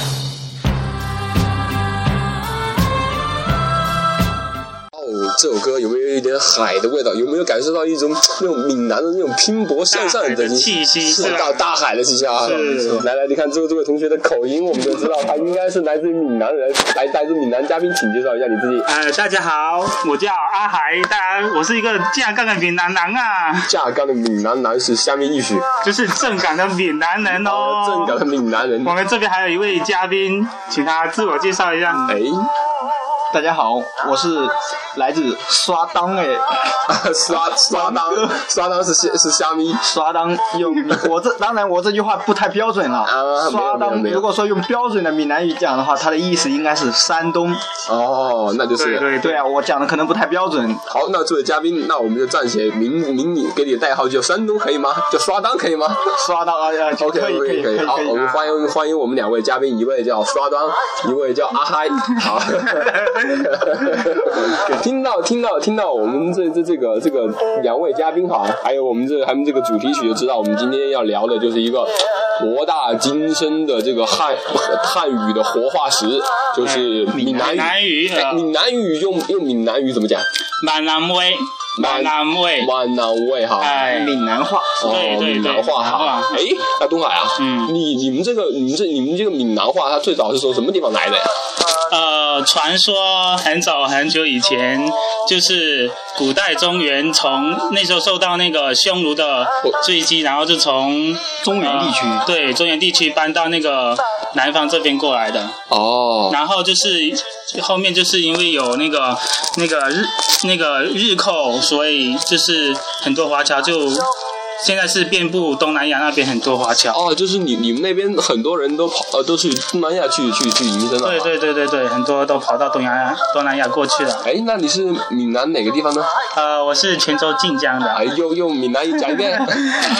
哦这首歌有没有一点海的味道？有没有感受到一种那种闽南的那种拼搏向上大海的精气息是是吧大大海的气息啊！是来来，你看这位这位同学的口音，我们就知道他应该是来自于闽南人，来来自闽南嘉宾，请介绍一下你自己。呃，大家好，我叫阿海，当然我是一个架杠的闽南人啊，架杠的闽南男是下面一曲，就是正港的闽南人哦。正港的闽南人。我们这边还有一位嘉宾，请他自我介绍一下。哎， 大家好，我是来自刷当哎，刷刷当刷当是虾是虾米刷当用我这当然我这句话不太标准了。啊没有没刷有当没有如果说用标准的闽南语讲的话，它的意思应该是山东。哦，那就是对对对啊，我讲的可能不太标准。好，那作为嘉宾，那我们就暂且明明你给你的代号叫山东可以吗？叫刷当可以吗刷当啊啊， ？OK 可以可 OK 以可以好，可我以。们欢迎欢迎我们两位嘉宾，一位叫刷当，一位叫阿嗨。好，听到听到听到我们这这这个这个两位嘉宾好，还有我们这还有这个主题曲就知道我们今天要聊的就是一个博大精深的这个汉汉语的活化石，就是哎闽南闽南语。语，哎呃闽南语用用闽南语怎么讲？闽南味，闽闽南哎味，闽南味哈。哎，闽南话，哦，对对闽南对话闽南哈话。哎，那东海啊，嗯你你们这个你们这你们这个闽南话，它最早是从什么地方来的呀？呃，传说很早很久以前，就是古代中原从那时候受到那个匈奴的追击，然后就从中原地区。呃对中原地区搬到那个南方这边过来的。哦，然后就是后面就是因为有那个那个日那个日寇，所以就是很多华侨就现在是遍布东南亚那边很多华侨。哦，就是你你们那边很多人都跑呃都去东南亚去去去营生了。对。对对对对，很多都跑到东南亚东南亚过去了。哎，那你是闽南哪个地方 呢？呃，我是泉州晋江的。哎，用用闽南语讲一遍。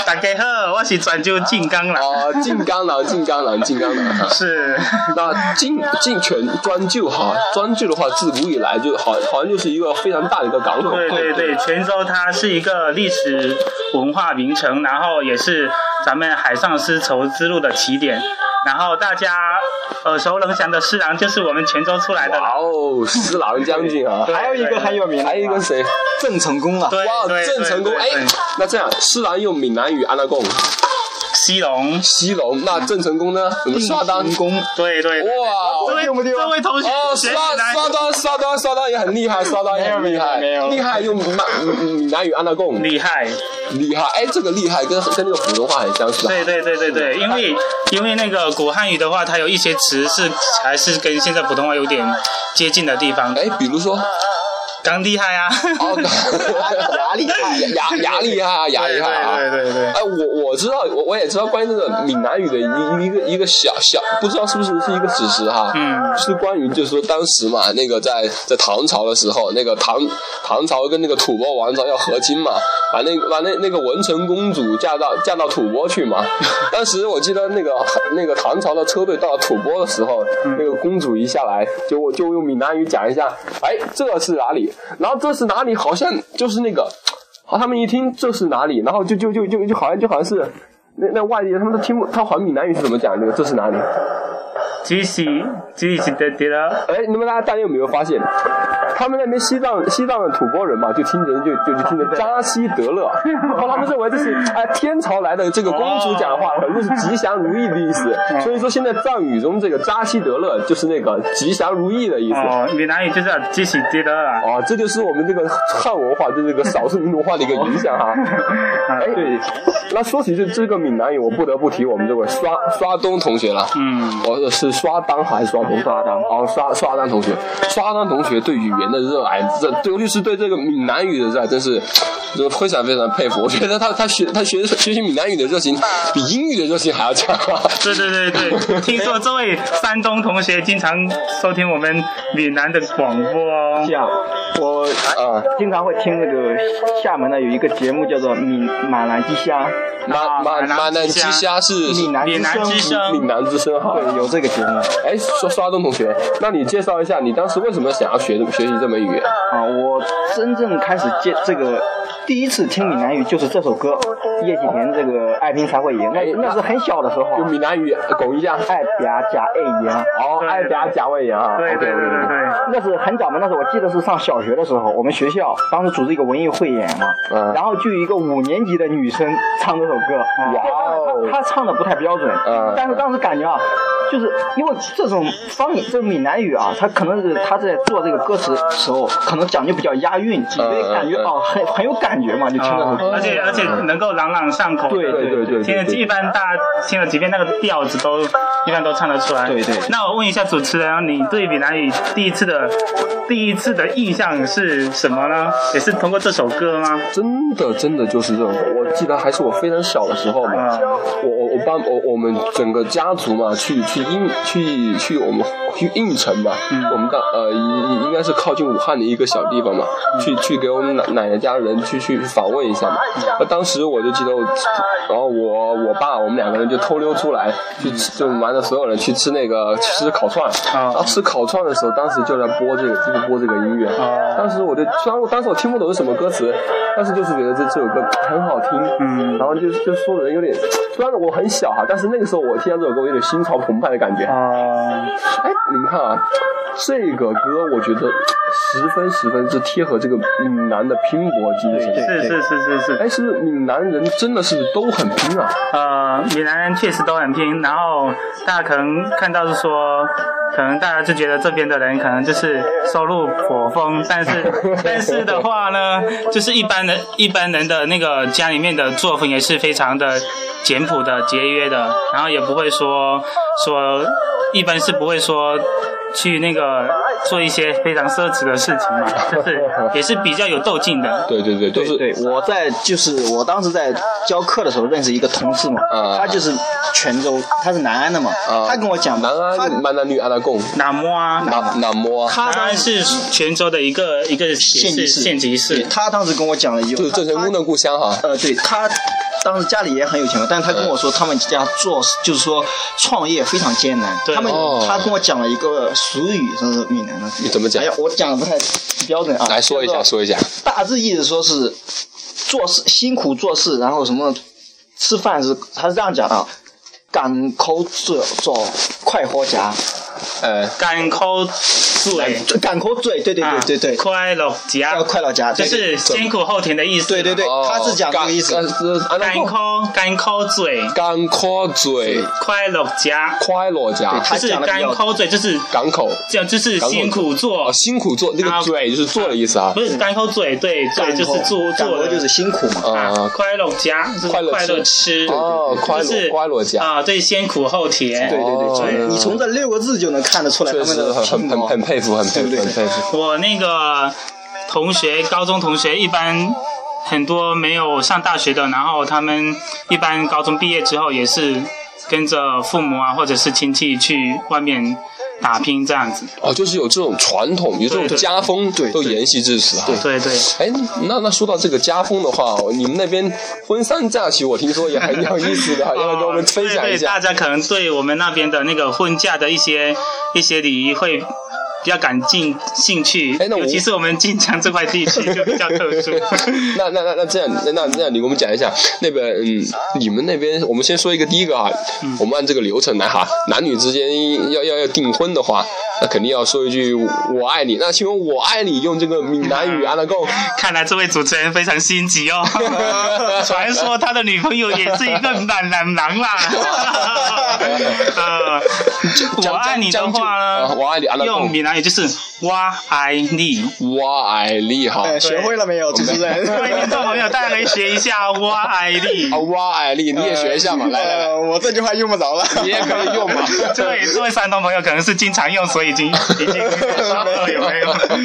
大家好，我是泉州晋江人。哦，晋江南，晋江南，晋江南。 哈是，那晋晋泉专就哈，专就的话，自古以来就好好像就是一个非常大的一个港口。对对对，泉州它是一个历史文化名城，然后也是咱们海上丝绸之路的起点。然后大家耳熟能详的施琅就是我们泉州出来的。哇哦，施琅将军啊，还有一个很有名的，还有一个谁？郑成功啊。对哇，对郑成功对哎对对，那这样，施琅用闽南语安拉贡西龙，西龙，那郑成功呢？我们刷当成功，对对。对哇。这位对不对这位同学哦，学起刷来，刷当刷当刷当也很厉害，刷当也很厉害，没有没有没有厉害用闽闽南语安拉贡，厉害。厉害哎，这个厉害跟跟那个普通话很相似啊。对对对对 对，因为因为那个古汉语的话，它有一些词是还是跟现在普通话有点接近的地方。哎，比如说，刚厉害 啊！哦，牙厉害， 牙牙厉害啊，牙厉害啊。对对对对哎，我我知道，我我也知道关于这个闽南语的一一个一个小小，不知道是不是是一个史实哈，嗯是关于就是说当时嘛，那个在在唐朝的时候，那个唐唐朝跟那个吐蕃王朝要和亲嘛，把那把那那个文成公主嫁到嫁到吐蕃去 嘛，当时我记得那个那个唐朝的车队到了吐蕃的时候，嗯那个公主一下来，就我就用闽南语讲一下，哎，这是哪里？然后这是哪里？好像就是那个。好，他们一听这是哪里，然后就就就就就好像就好像是那那外地人，他们都听不，他好像闽南语是怎么讲这个这是哪里？只是只是得得了。哎，那么大家大家有没有发现，他们那边西藏西藏的吐蕃人嘛，就听着就就就听着扎西德勒，然后他们认为这是哎天朝来的这个公主讲话，可能是吉祥如意的意思，所以说现在藏语中这个扎西德勒就是那个吉祥如意的意思。哦，闽南语就是啊只是得了啦。哦，这就是我们这个汉文化对这个少数民族文化的一个影响哈。啊哎，对，那说起这这个闽南语，我不得不提我们这位刷刷东同学了。嗯，我说是刷当还是刷东？刷当哦，刷刷当同学，刷当同学对语言的热爱，这尤其是对这个闽南语的热爱，真是真的非常非常佩服。我觉得他他学他学学习闽南语的热情，比英语的热情还要强、啊。对对对对，听说这位山东同学经常收听我们闽南的广播哦。像我啊、经常会听那个厦门的有一个节目叫做《闽满南之虾》，马马马南之虾是是闽南闽南之声，闽声，南之声哈。对，有这个节目。哎，说刷东同学，那你介绍一下你当时为什么想要学学习习这门语言？哦啊，我真正开始接这个第一次听闽南语就是这首歌，叶启田这个《爱拼才会赢》，那那是很小的时候用啊，闽南语呃拱一下。爱嗲假爱啊赢，哦，爱家贾伟啊， 对对对对对，那是很早嘛，那是我记得是上小学的时候，我们学校当时组织一个文艺汇演嘛，嗯然后就有一个五年级的女生唱这首歌，哇哦她她唱的不太标准，嗯但是当时感觉啊，就是因为这种方言，这种闽南语啊，她可能是她在做这个歌词的时候，可能讲究比较押韵，所以感觉嗯嗯哦很很有感觉嘛，就听这首啊歌，而且而且能够朗朗上口，对对对对听了对一般大家听了几遍那个调子都一般都唱得出来。对对那我问一下主持人，你对闽南语第一次的第一次的印象是什么呢？也是通过这首歌吗？真的真的就是这种。我记得还是我非常小的时候嘛，啊，我我我帮我我们整个家族嘛，去去应去去我们去应城嘛，我们到呃应应该是靠近武汉的一个小地方嘛，去去给我们奶奶奶家人去去访问一下嘛。那当时我就记得我，然后我我爸我们两个人就偷溜出来去吃，就瞒着所有人去吃那个吃烤串，然后吃烤串的时候，当时就在播这个就是播这个音乐，哦当时我就虽然我当时我听不懂是什么歌词，但是就是觉得这这首歌很好听，嗯然后就就说的人有点，虽然我很小哈、但是那个时候我听到这首歌，我有点心潮澎湃的感觉。哦，哎，你们看啊，这个歌我觉得十分十分之贴合这个闽南的拼搏精对神。对是是是是是。哎，是不是闽南人真的是都很拼啊？呃，闽南人确实都很拼，然后大家可能看到是说，可能大家就觉得这边的人可能就是收入颇丰，但是但是的话呢，就是一般人一般人的那个家里面的作风也是非常的简朴的、节约的，然后也不会说说一般是不会说去那个做一些非常奢侈的事情嘛，就是也是比较有斗劲的。对对对，都是对，我在就是我当时在教课的时候认识一个同事嘛，啊他就是泉州，他是南安的嘛，啊嗯他跟我讲嘛，南他安、曼南女、安南贡、那么啊，南南摩啊，他当当然时是泉州的一个一个县级级市，县级对市。他当时跟我讲了一句，就是郑成功的故乡哈、呃，对他当时家里也很有钱嘛，但是他嗯跟我说他们家做就是说创业非常艰难。对他们哦他跟我讲了一个俗语，这是闽南的。你怎么讲哎呀，我讲的不太标准啊。来说一下，叫做说一下。大致意思说是做事辛苦做事，然后什么吃饭是他是这样讲的啊，赶口嘴走快活夹，呃，干口嘴，赶口嘴，对对啊对对对，快乐家要，快乐夹，就对对是先苦后甜的意思。对对对，哦他是讲这个意思。啊干呃安南干贡口干口嘴，干口嘴，快乐家，快乐家对，他就是讲的比干较口嘴，就是港口。这样，就是辛苦做哦，，辛苦做那啊个嘴就是做的意思啊不，是干口嘴， 对赶对，就是口做赶做口的就是辛苦嘛。啊啊，，快乐家就是快乐快乐吃吃，哦快乐就是快乐家啊，对，先苦后甜，对对对，哦从你从这六个字就能看得出来他确们实的很很拼很搏。很佩服，很佩对服，对很佩服。我那个同学，高中同学一般很多没有上大学的，然后他们一般高中毕业之后也是跟着父母啊，或者是亲戚去外面打拼这样子。 哦，就是有这种传统，有这对对种家风，对都对沿袭至此啊。对对，哎，那那说到这个家风的话，你们那边婚丧嫁娶，我听说也很有意思的，要不要跟我们分享哦对一对，大下？家可能对我们那边的那个婚嫁的一些一些礼仪会。比较感兴兴趣哎，那我尤其是我们晋江这块地区就比较特 殊。那那那那这样，那那那你给我们讲一下那边，嗯，你们那边，我们先说一个第一个啊，嗯我们按这个流程来哈，男女之间要要要订婚的话，那肯定要说一句我爱你。那请问我爱你用这个闽南语啊安拉贡，看来这位主持人非常心急 哦。传说他的女朋友也是一个懒男郎啊啦。呃，我爱你的话啊呢，我爱你安拉用贡，闽南语就是“我爱你我爱你哈。哎，学会了没有，主 持”。各位听人？众朋友，大家可以学一下“我爱你啊，哇，艾丽， 你也学一下 嘛，来来来，呃，我这句话用不着了。你也可以用 嘛。”。这位这位山东朋友可能是经常用，所以已经已经刷到 有没有？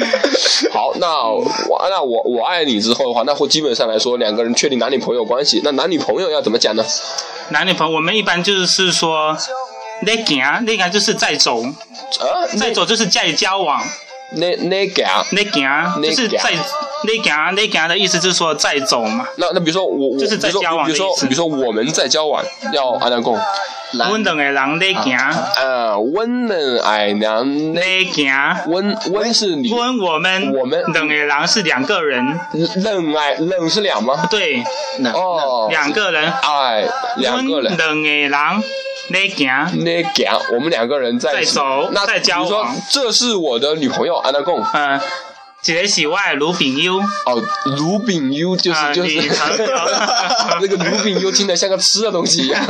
好，那我那我我爱你之后的话，那会基本上来说，两个人确定男女朋友关系，那男女朋友要怎么讲呢？男女朋友，我们一般就是说。那行，那行就是在走，啊，在走就是在交往，那那个啊，那行就是那行在那行那行的意思就是说在走嘛，那那比如说我我就是在交往比如说的意思比如说比如说我们在交往，要安良共，人阮两个人咧行，啊，温冷矮娘，咧行。温温是你，阮我们我们两个人是两个人，冷矮冷是两吗？对，人哦，两个人。矮两个人阮。两个人咧行，那讲，我们两个人在一起在走那在交往比如说这是我的女朋友安娜贡，呃，一个是我的女朋友，哦，卢炳优就是、啊就是 你很好那个卢炳优听着像个吃的东西一 样，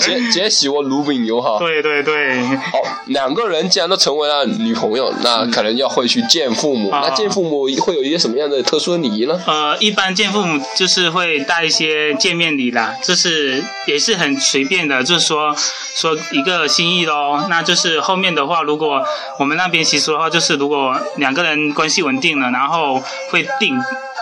杰杰喜我卢炳优哈。对对对，好，哦两个人既然都成为了女朋友，那可能要会去见父母。嗯啊那见父母会有一些什么样的特殊的礼仪呢？呃，一般见父母就是会带一些见面礼啦，就是也是很随便的，就是说说一个心意咯。那就是后面的话，如果我们那边习俗的话，就是如果两个人关系稳定了，然后会订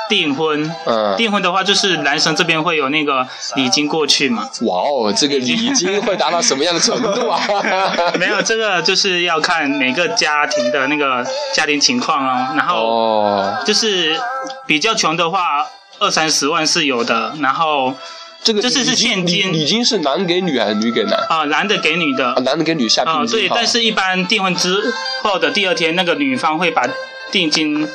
订婚。嗯，订婚的话，就是男生这边会有那个礼金过去嘛。哇哦，这个礼金会达到什么样的程度啊？ 没有这个，就是要看每个家庭的那个家庭情况哦。然后哦，就是比较穷的话，二三十万是有的。然后这个这是是礼金现金礼礼金是男给女还是女给男？啊、男的给女的啊，男的给女下啊、聘金对，哈但是一般订婚之后的第二天，那个女方会把定金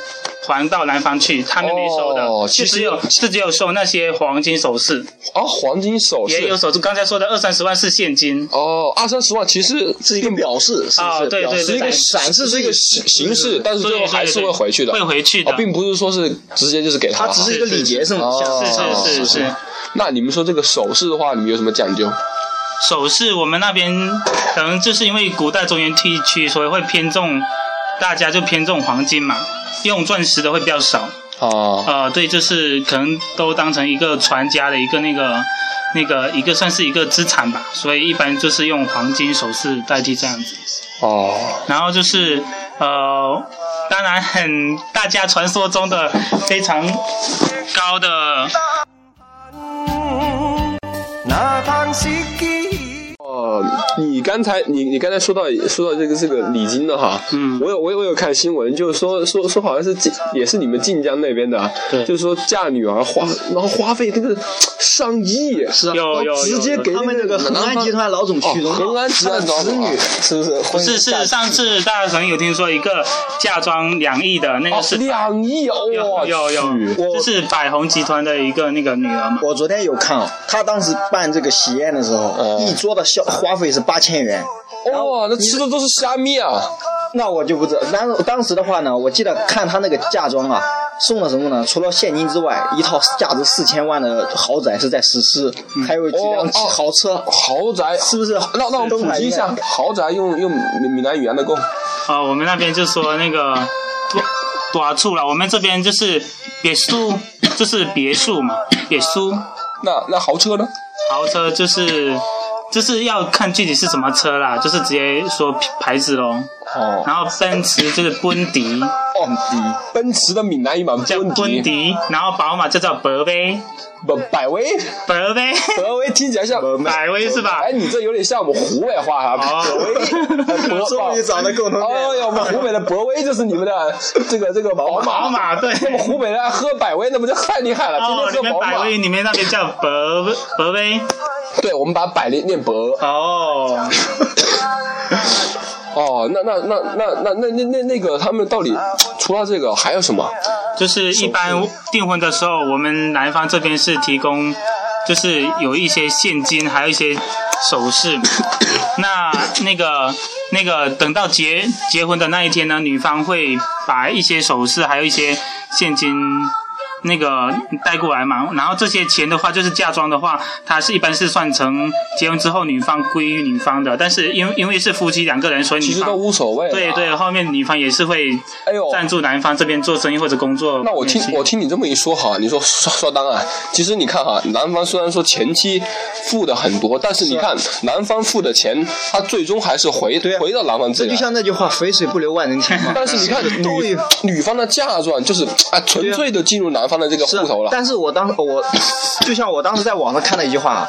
还到男方去，他们没收的，哦其就实只有是只有收那些黄金首饰，哦，黄金首也有饰首饰。刚才说的二三十万是现金，哦，二三十万其实是一个表示，是啊不是？对对表示对一个对闪示是一个形形式，但是最后对还是对对会回去的，会回去的哦，，并不是说是直接就是给他它了只是一个礼节，是吗？哦是像是是哦是。那你们说这个首饰的话，你们有什么讲究？首饰我们那边可能就是因为古代中原地区，所以会偏重，大家就偏重黄金嘛，用钻石的会比较少。哦，呃，对，就是可能都当成一个传家的一个那个那个一个算是一个资产吧，所以一般就是用黄金首饰代替这样子。哦，然后就是呃，当然很大家传说中的非常高的那叹息记。哦，你刚才你你刚才说到说到这个这个礼金的哈，嗯我有我有我有看新闻，就是说说说好像是晋也是你们晋江那边的啊，对就是说嫁女儿花然后花费这个上亿，是啊，有有直接给有他们那个恒安集团老总哦屈，荣，恒安集他团的子女是啊不是不婚是是上次大家可能有听说一个嫁妆两亿的那哦个是两亿哦，有有有，去这是百宏集团的一个那个女儿嘛。我昨天有看哦，他当时办这个喜宴的时候，嗯一桌的消花费是八千元。哦，那吃的都是虾米啊！那我就不知道，当当时的话呢，我记得看他那个嫁妆啊，送了什么呢？除了现金之外，一套价值四千万的豪宅是在实施，还有几哦辆哦豪车，豪宅，是不是？那那我们东普海及一下，豪宅用用闽闽南语言的够。啊，我们那边就说那个多多处了，我们这边就是别墅，就是别墅嘛，别墅那那豪车呢？豪车就是就是要看具体是什么车啦，就是直接说牌子咯。哦，然后奔驰就是奔迪，哦，奔驰的闽南语嘛，叫奔奔迪，迪，然后宝马就叫伯威，不，百威，伯威，百威听起来像。百威是吧哎，？你这有点像我们湖北话啊， 哦百 威，博终于找到共同点了哦哟，我们湖北的博威就是你们的这个这个宝马，宝马 对那么湖北人喝百威，那不就太厉害了，天哦，你天们喝宝百马。威，你们那边叫伯威伯威对，我们把百念念博，哦。哦，那那那那那那那那那个他们到底除了这个还有什么？就是一般订婚的时候，我们男方这边是提供，就是有一些现金，还有一些 首饰。那那个那个，等到结结婚的那一天呢，女方会把一些首饰，还有一些现金。那个带过来嘛，然后这些钱的话，就是嫁妆的话，它是一般是算成结婚之后女方归于女方的，但是因为因为是夫妻两个人，所以其女实都方无所谓。啊对。对，啊后面女方也是会哎呦，赞助男方这边做生意或者工作。那我听我听你这么一说哈，你说刷刷单啊，其实你看哈，男方虽然说前期付的很多，但是你看男方付的钱，他最终还是回啊对啊回到男方这这里就来。像那句话“肥水不流外人田”嘛。 但是你看女对女方的嫁妆就是啊，纯粹的进入男方的这个是户头了。啊但是我当我就像我当时在网上看到一句话，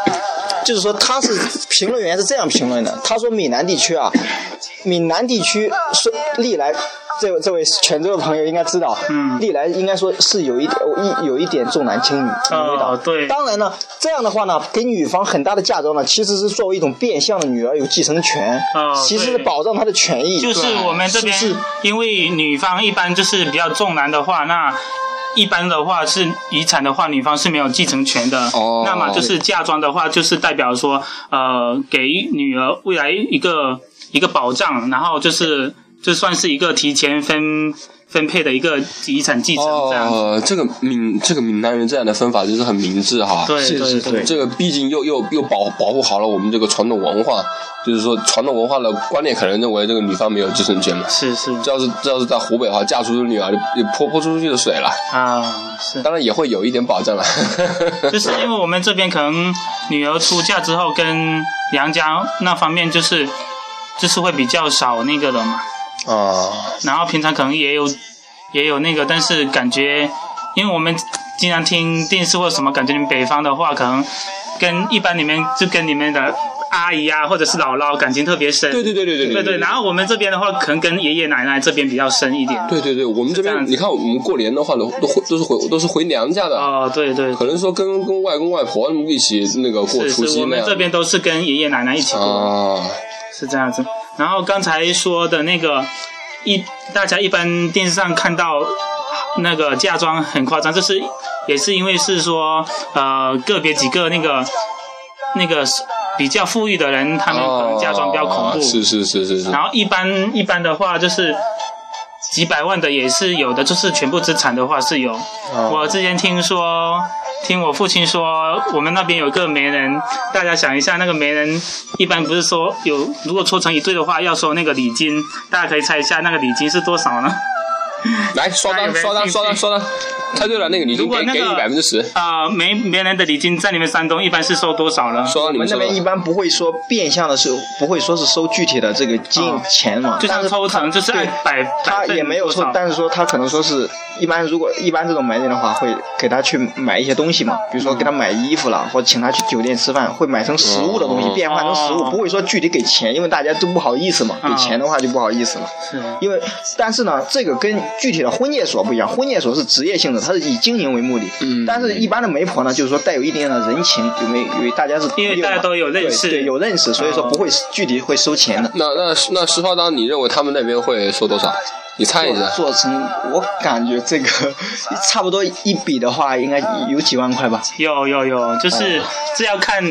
就是说他是评论员是这样评论的，他说闽南地区啊，闽南地区是历来这位这位泉州的朋友应该知道，嗯历来应该说是有一点一有一点重男轻女的味道。哦对当然呢，这样的话呢，给女方很大的嫁妆呢，其实是作为一种变相的女儿有继承权，哦其实是对保障她的权益。就是对啊我们这边是不是，因为女方一般就是比较重男的话，那一般的话是遗产的话，女方是没有继承权的。哦那么就是嫁妆的话，就是代表说，呃，给女儿未来一个一个保障，然后就是就算是一个提前分分配的一个遗产继承这样子。哦，这个闽这个闽南人这样的分法就是很明智哈。对是对是对对这个毕竟又又又保保护好了我们这个传统文化，就是说传统文化的观念可能认为这个女方没有继承权嘛。是是这要是这要是在湖北的话，嫁出去的女儿就就泼泼出去的水了，啊，是。当然也会有一点保障了。就是因为我们这边可能女儿出嫁之后，跟娘家那方面就是就是会比较少那个的嘛。啊，然后平常可能也有也有那个，但是感觉因为我们经常听电视或什么，感觉你们北方的话可能跟一般你们就跟你们的阿姨啊或者是姥姥感情特别深。对对对对对对对然后我们这边的话，可能跟爷爷奶奶这边比较深一点。 对对对，我们这这边样子你看，我们过年的话都都回都是回都是回娘家的，哦，对对，可能说跟跟外公外婆他们一起那个过是除是，夕我那们样这边都是跟爷爷奶奶一起过。啊。是这样子。然后刚才说的那个一，大家一般电视上看到那个嫁妆很夸张，这是也是因为是说呃个别几个那个那个比较富裕的人，他们可能嫁妆比较恐怖。哦是是是嗯是是。然后一般一般的话就是。几百万的也是有的，就是全部资产的话是有。嗯我之前听说，听我父亲说，我们那边有个媒人，大家想一下，那个媒人一般不是说有，如果搓成一对的话，要收那个礼金，大家可以猜一下那个礼金是多少呢？嗯来刷还有单没有刷单兴趣刷单刷单，猜对了，那个礼如金果给那给个你百分之十，啊、媒媒人的礼金在你们山东一般是收多少呢？刷到我你们们那这边一般不会说变相的是不会说是收具体的这个金哦钱嘛，就但像是抽成，就是按对百他百分也没有多说少，但是说他可能说是一般，如果一般这种媒人的话，会给他去买一些东西嘛，嗯比如说给他买衣服啦，或者请他去酒店吃饭，会买成食物的东西，嗯变换成食哦物，不会说具体给钱，因为大家都不好意思嘛，嗯给钱的话就不好意思了。是因为，但是呢，这个跟具体的婚介所不一样，婚介所是职业性质，它是以经营为目的。嗯但是，一般的媒婆呢，就是说带有一定的人情，有没有？因为大家是因为大家都有认识对对，有认识，所以说哦不会具体会收钱的。那那那石化单，你认为他们那边会收多少？你猜一下。做成，我感觉这个差不多一笔的话，应该有几万块吧。有有有，哦就是这要看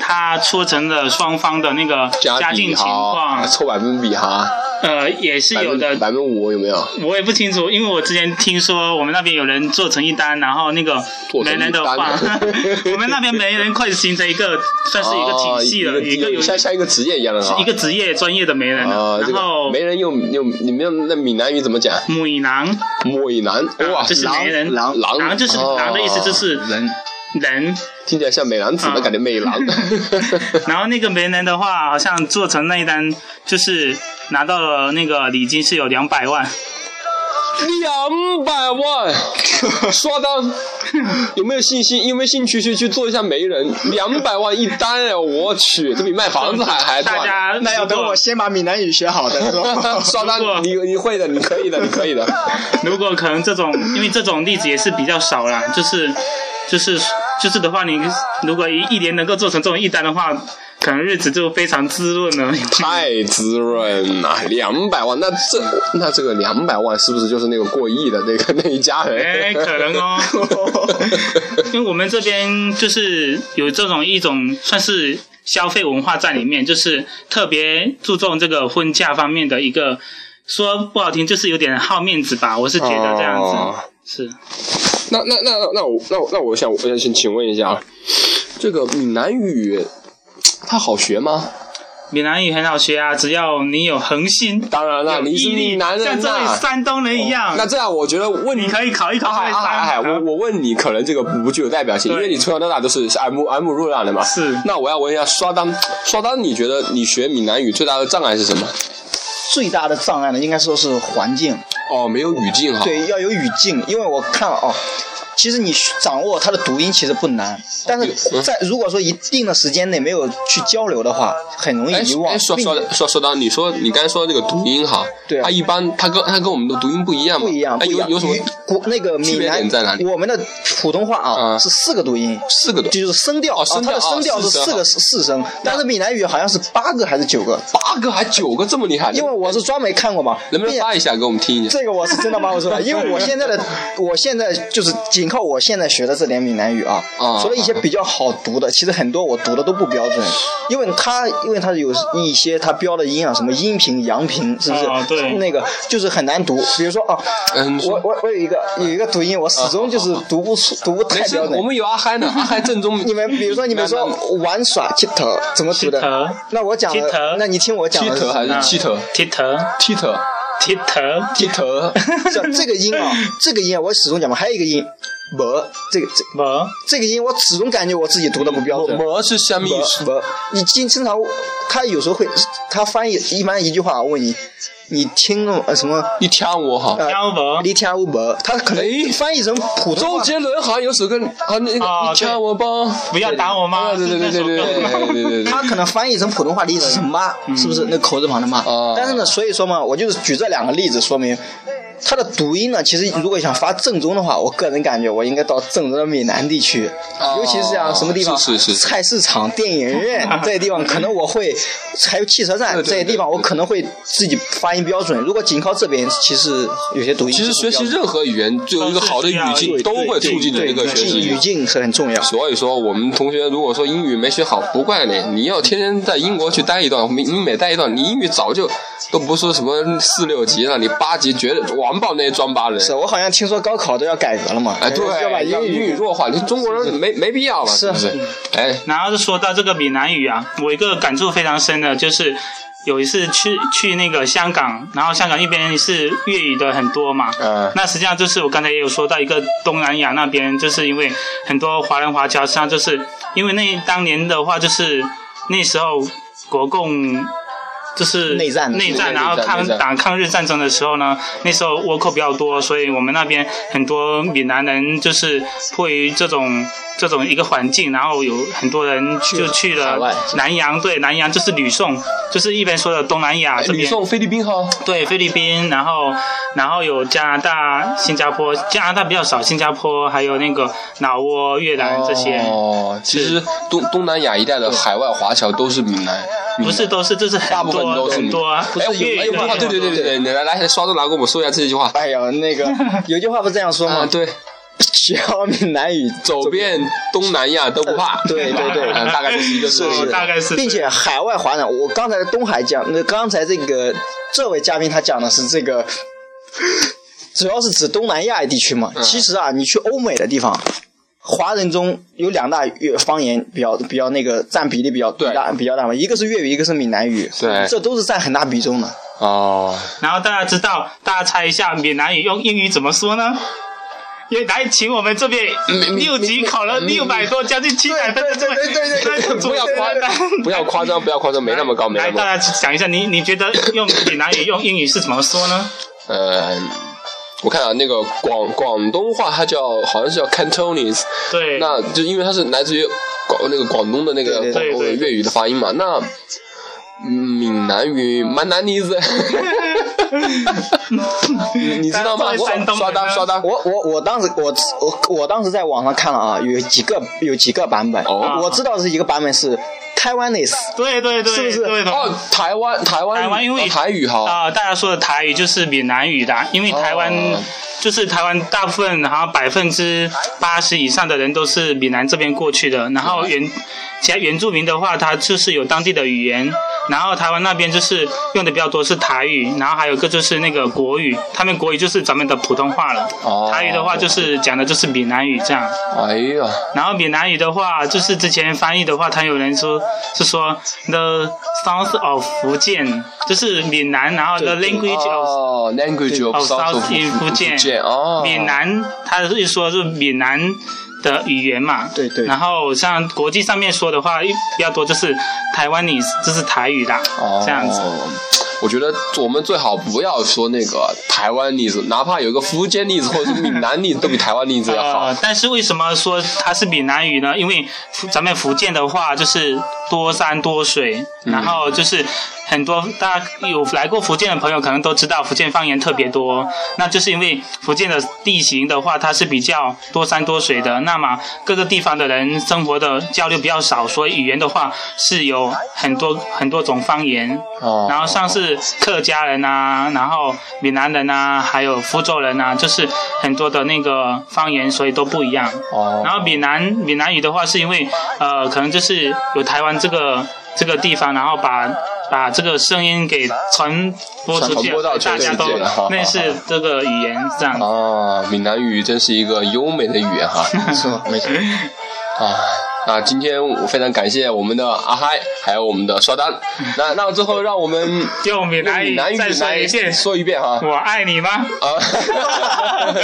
他搓成的双方的那个家境比情况哈，，抽百分比哈，呃，也是百有分 的。百分五有没有？我也不清楚，因为我之前听说我们那边有人做成一单，然后那个做成媒一单人的话， 我们那边媒人快形成一个算是一个体系了，哦一个有像像一个职业一样的哈一。个职业专业的媒人啊了，，这然个后没人用用你们用那闽南语怎么讲？母以囊，母以南哇，啊就是狼媒人，狼囊就是哦囊的意思就是人人，听起来像美男子的啊感觉，美男。然后那个媒人的话，好像做成那一单就是拿到了那个礼金是有两百万，两百万刷单，有没有信心？有没有兴趣去去做一下媒人？两百万一单哎，我去，这比卖房子还还大赚。。家那要等如果我先把闽南语学好的时候 刷如果单，你你会的，你可以的，你可以的。如果可能这种，因为这种例子也是比较少啦，就是就是就是的话，你如果一一年能够做成这种一单的话，可能日子就非常滋润 了。太滋润了，两百万，那这那这个两百万是不是就是那个过亿的那个那一家哎，人？可能 哦，因为我们这边就是有这种一种算是消费文化在里面，就是特别注重这个婚嫁方面的一个，说不好听就是有点好面子吧，我是觉得这样子、哦是。那那那那我那我那我想我想请请问一下，啊，这个闽南语它好学吗？闽南语很好学啊，只要你有恒心，当然啦，有你是毅力闽南人像这位呐。山东人一样。那这样，我觉得问啊你可以考一考阿海这位阿海阿海，山我东人。哎我问你，可能这个不具有代表性，因啊对为你从小到大都是是 M M 入党的嘛。是那我要问一下，刷单刷单，你觉得你学闽南语最大的障碍是什么？最大的障碍呢，应该说是环境，哦，没有语境哈。对，要有语境，因为我看哦，其实你掌握它的读音其实不难，但嗯是在如果说一定的时间内没有去交流的话，很容易哎遗忘哎，。说并说说说到你说你刚才说的那个读音哈，对啊它一般它跟它跟我们的读音不一样嘛，不一样，哎不一样。有有什么与国那个区闽别南点在哪里我们的普通话啊嗯是四个读音，四个读就是声调哦啊，声它调的声调哦是四声四个四声，但是闽南语好像是八个还是九个？八个还九个这么厉害？因为我是专门看过嘛，能不能并发一下给我们听一下？这个我是真的把我说了，因为我现在的我现在就是仅靠我现在学的这点闽南语啊，啊除了一些比较好读的，其实很多我读的都不标准，因为它因为它有一些它标的音啊，什么阴平、阳平，是不是？啊对那个就是很难读。比如说啊，嗯，我我我有一个有一个读音，我始终就是读不出，读不啊没太事，标我准。们有阿嗨呢，阿嗨正宗。你们比如说你们说那那玩耍剃头怎么读剃头的？那我讲剃头的，那你听我讲剃的是头还是剃头？剃啊头，剃头，剃头，剃头，像这个音 啊，这个音啊，我始终讲嘛，还有一个音，么，这个这啊没这个音，我始终感觉我自己读的不标准。么是什么意思？么，你经经常他有时候会，他翻译一般一句话问你，你听了呃什么你听我哈，呃，听无你听有没？他可能哎翻译成普通周话。杰伦好像有首歌啊，那啊个你听我吧，不要打我妈，啊对对对对对是那首歌吗对对对对，他可能翻译成普通话的意思是妈，嗯是不是那口字旁的妈啊？但是呢，所以说嘛，我就是举这两个例子说明，它的读音呢，其实如果想发正宗的话，我个人感觉我应该到正宗的闽南地区，哦尤其是像什么地方，是是是菜市场、电影院 这些地方，可能我会，还有汽车站对对这些地方，对对我可能会自己发音标准。如果仅靠这边，其实有些读音其实是学不习标准任何语言，只有一个好的语境，都会促进你这个学对习语。境是很重要。所以说，我们同学如果说英语没学好，不怪你，你要天天在英国去待一段，美美待一段，你英语早就都不是什么四六级了，你八级绝对完爆那些专八人。是我好像听说高考都要改革了嘛，哎，对，要把英英语语弱化，你中国人没没必要嘛，是是不是？哎，然后就说到这个闽南语啊，我一个感触非常深的就是。有一次去去那个香港，然后香港一边是粤语的很多嘛，嗯那实际上就是我刚才也有说到一个东南亚那边，就是因为很多华人华侨，实际上就是因为那当年的话，就是那时候国共就是内战内内战，战然后抗内战打抗日战争的时候呢，那时候倭寇比较多，所以我们那边很多闽南人就是迫于这种这种一个环境，然后有很多人就去海外了南洋，对，南洋就是吕宋，就是一边说的东南亚这吕边。宋菲律宾哈，对菲律宾，然后然后有加拿大、新加坡，加拿大比较少，新加坡还有那个老挝、越南嗯这些，哦，其实东东南亚一带的海外华侨都是闽南，闽南不是都是，这是大很部分多都是很闽多啊，哎，我粤哎语我的，对对对对对，你来来，刷子拿给我们说一下这句话。哎呀，那个有句话不是这样说啊，吗？对，学好闽南语，走遍东南亚都不怕。对对 对嗯大概就是一个是事哦情。大概是并且海外华人，我刚才东海讲，那刚才这个这位嘉宾他讲的是这个，主要是指东南亚地区嘛。其实啊，你去欧美的地方。华人中有两大粤方言比较比较那个占比例比较对大比较大嘛，一个是粤语，一个是闽南语，对这都是占很大比重的。哦，然后大家知道，大家猜一下闽南语用英语怎么说呢？也来，请我们这边嗯六级考了六百多，将近七百分的这位对对对对对对 主不要夸张，不要夸张，不要夸张，没那么高，没来，那么大高。家想一下，你你觉得用闽南语用英语是怎么说呢？呃，我看啊，那个广广东话它叫好像是叫 Cantonese，对，那就因为它是来自于广那个广东的那个对对广对东的对对粤语的发音嘛。那嗯闽南语蛮难理 解，你你知道 吗？作为山东人呢啊我刷单刷单，我我我当时我我我当时在网上看了啊，有几个有几个版本，哦我知道是一个版本是台湾 n e s 对对对，是不是对的。哦，台湾台湾台湾因为哦台语哈，啊、大家说的台语就是闽南语的啊，因为台湾、哦就是台湾大部分，然后百分之八十以上的人都是闽南这边过去的。然后原其他原住民的话，他就是有当地的语言，然后台湾那边就是用的比较多是台语，然后还有一个就是那个国语，他们国语就是咱们的普通话了，哦台语的话就是讲的就是闽南语这样。哎呀，然后闽南语的话，就是之前翻译的话，它有人说是说 the sounds of 福建，就是闽南，然后 the language of 哦，language of of South South in 福建建哦，闽南，它是说是闽南的语言嘛。对对然后像国际上面说的话，一比较多就是台湾语，就是台语啦，这样子。哦我觉得我们最好不要说那个台湾例子，哪怕有一个福建例子或者是闽南例子，都比台湾例子要 好。呃，但是为什么说它是闽南语呢？因为福咱们福建的话就是多山多水，嗯然后就是很多大家有来过福建的朋友可能都知道，福建方言特别多。那就是因为福建的地形的话，它是比较多山多水的，那么各个地方的人生活的交流比较少，所以语言的话是有很多很多种方言。哦然后像是客家人啊，然后闽南人啊，还有福州人啊，就是很多的那个方言，所以都不一样。哦然后闽南闽南语的话，是因为呃，可能就是有台湾这个这个地方，然后把把这个声音给传播出去传啊播到，全大家世界都好认识这个语言这样。哦，闽南语真是一个优美的语言哈。是吗？没错。啊，那今天我非常感谢我们的阿嗨，还有我们的刷单。那那最后让我们用用闽南闽语南语再说来一遍，说一遍哈。我爱你吗？啊，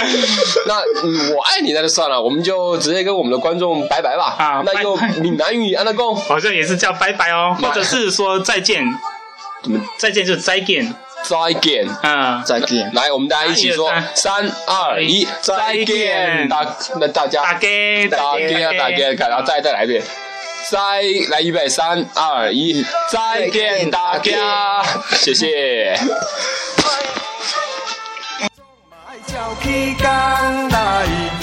那嗯我爱你那就算了，我们就直接跟我们的观众拜拜吧。啊那用拜拜闽南语安德贡，好像也是叫拜拜哦，拜或者是说再见，怎么再见就再见，再见？嗯。再见。来，我们大家一起说一二，三二一，再再见！见大那大家打给大家大家，然后再再来一遍，再来预备，三二一，再见大家，谢谢。卖鸟起工来。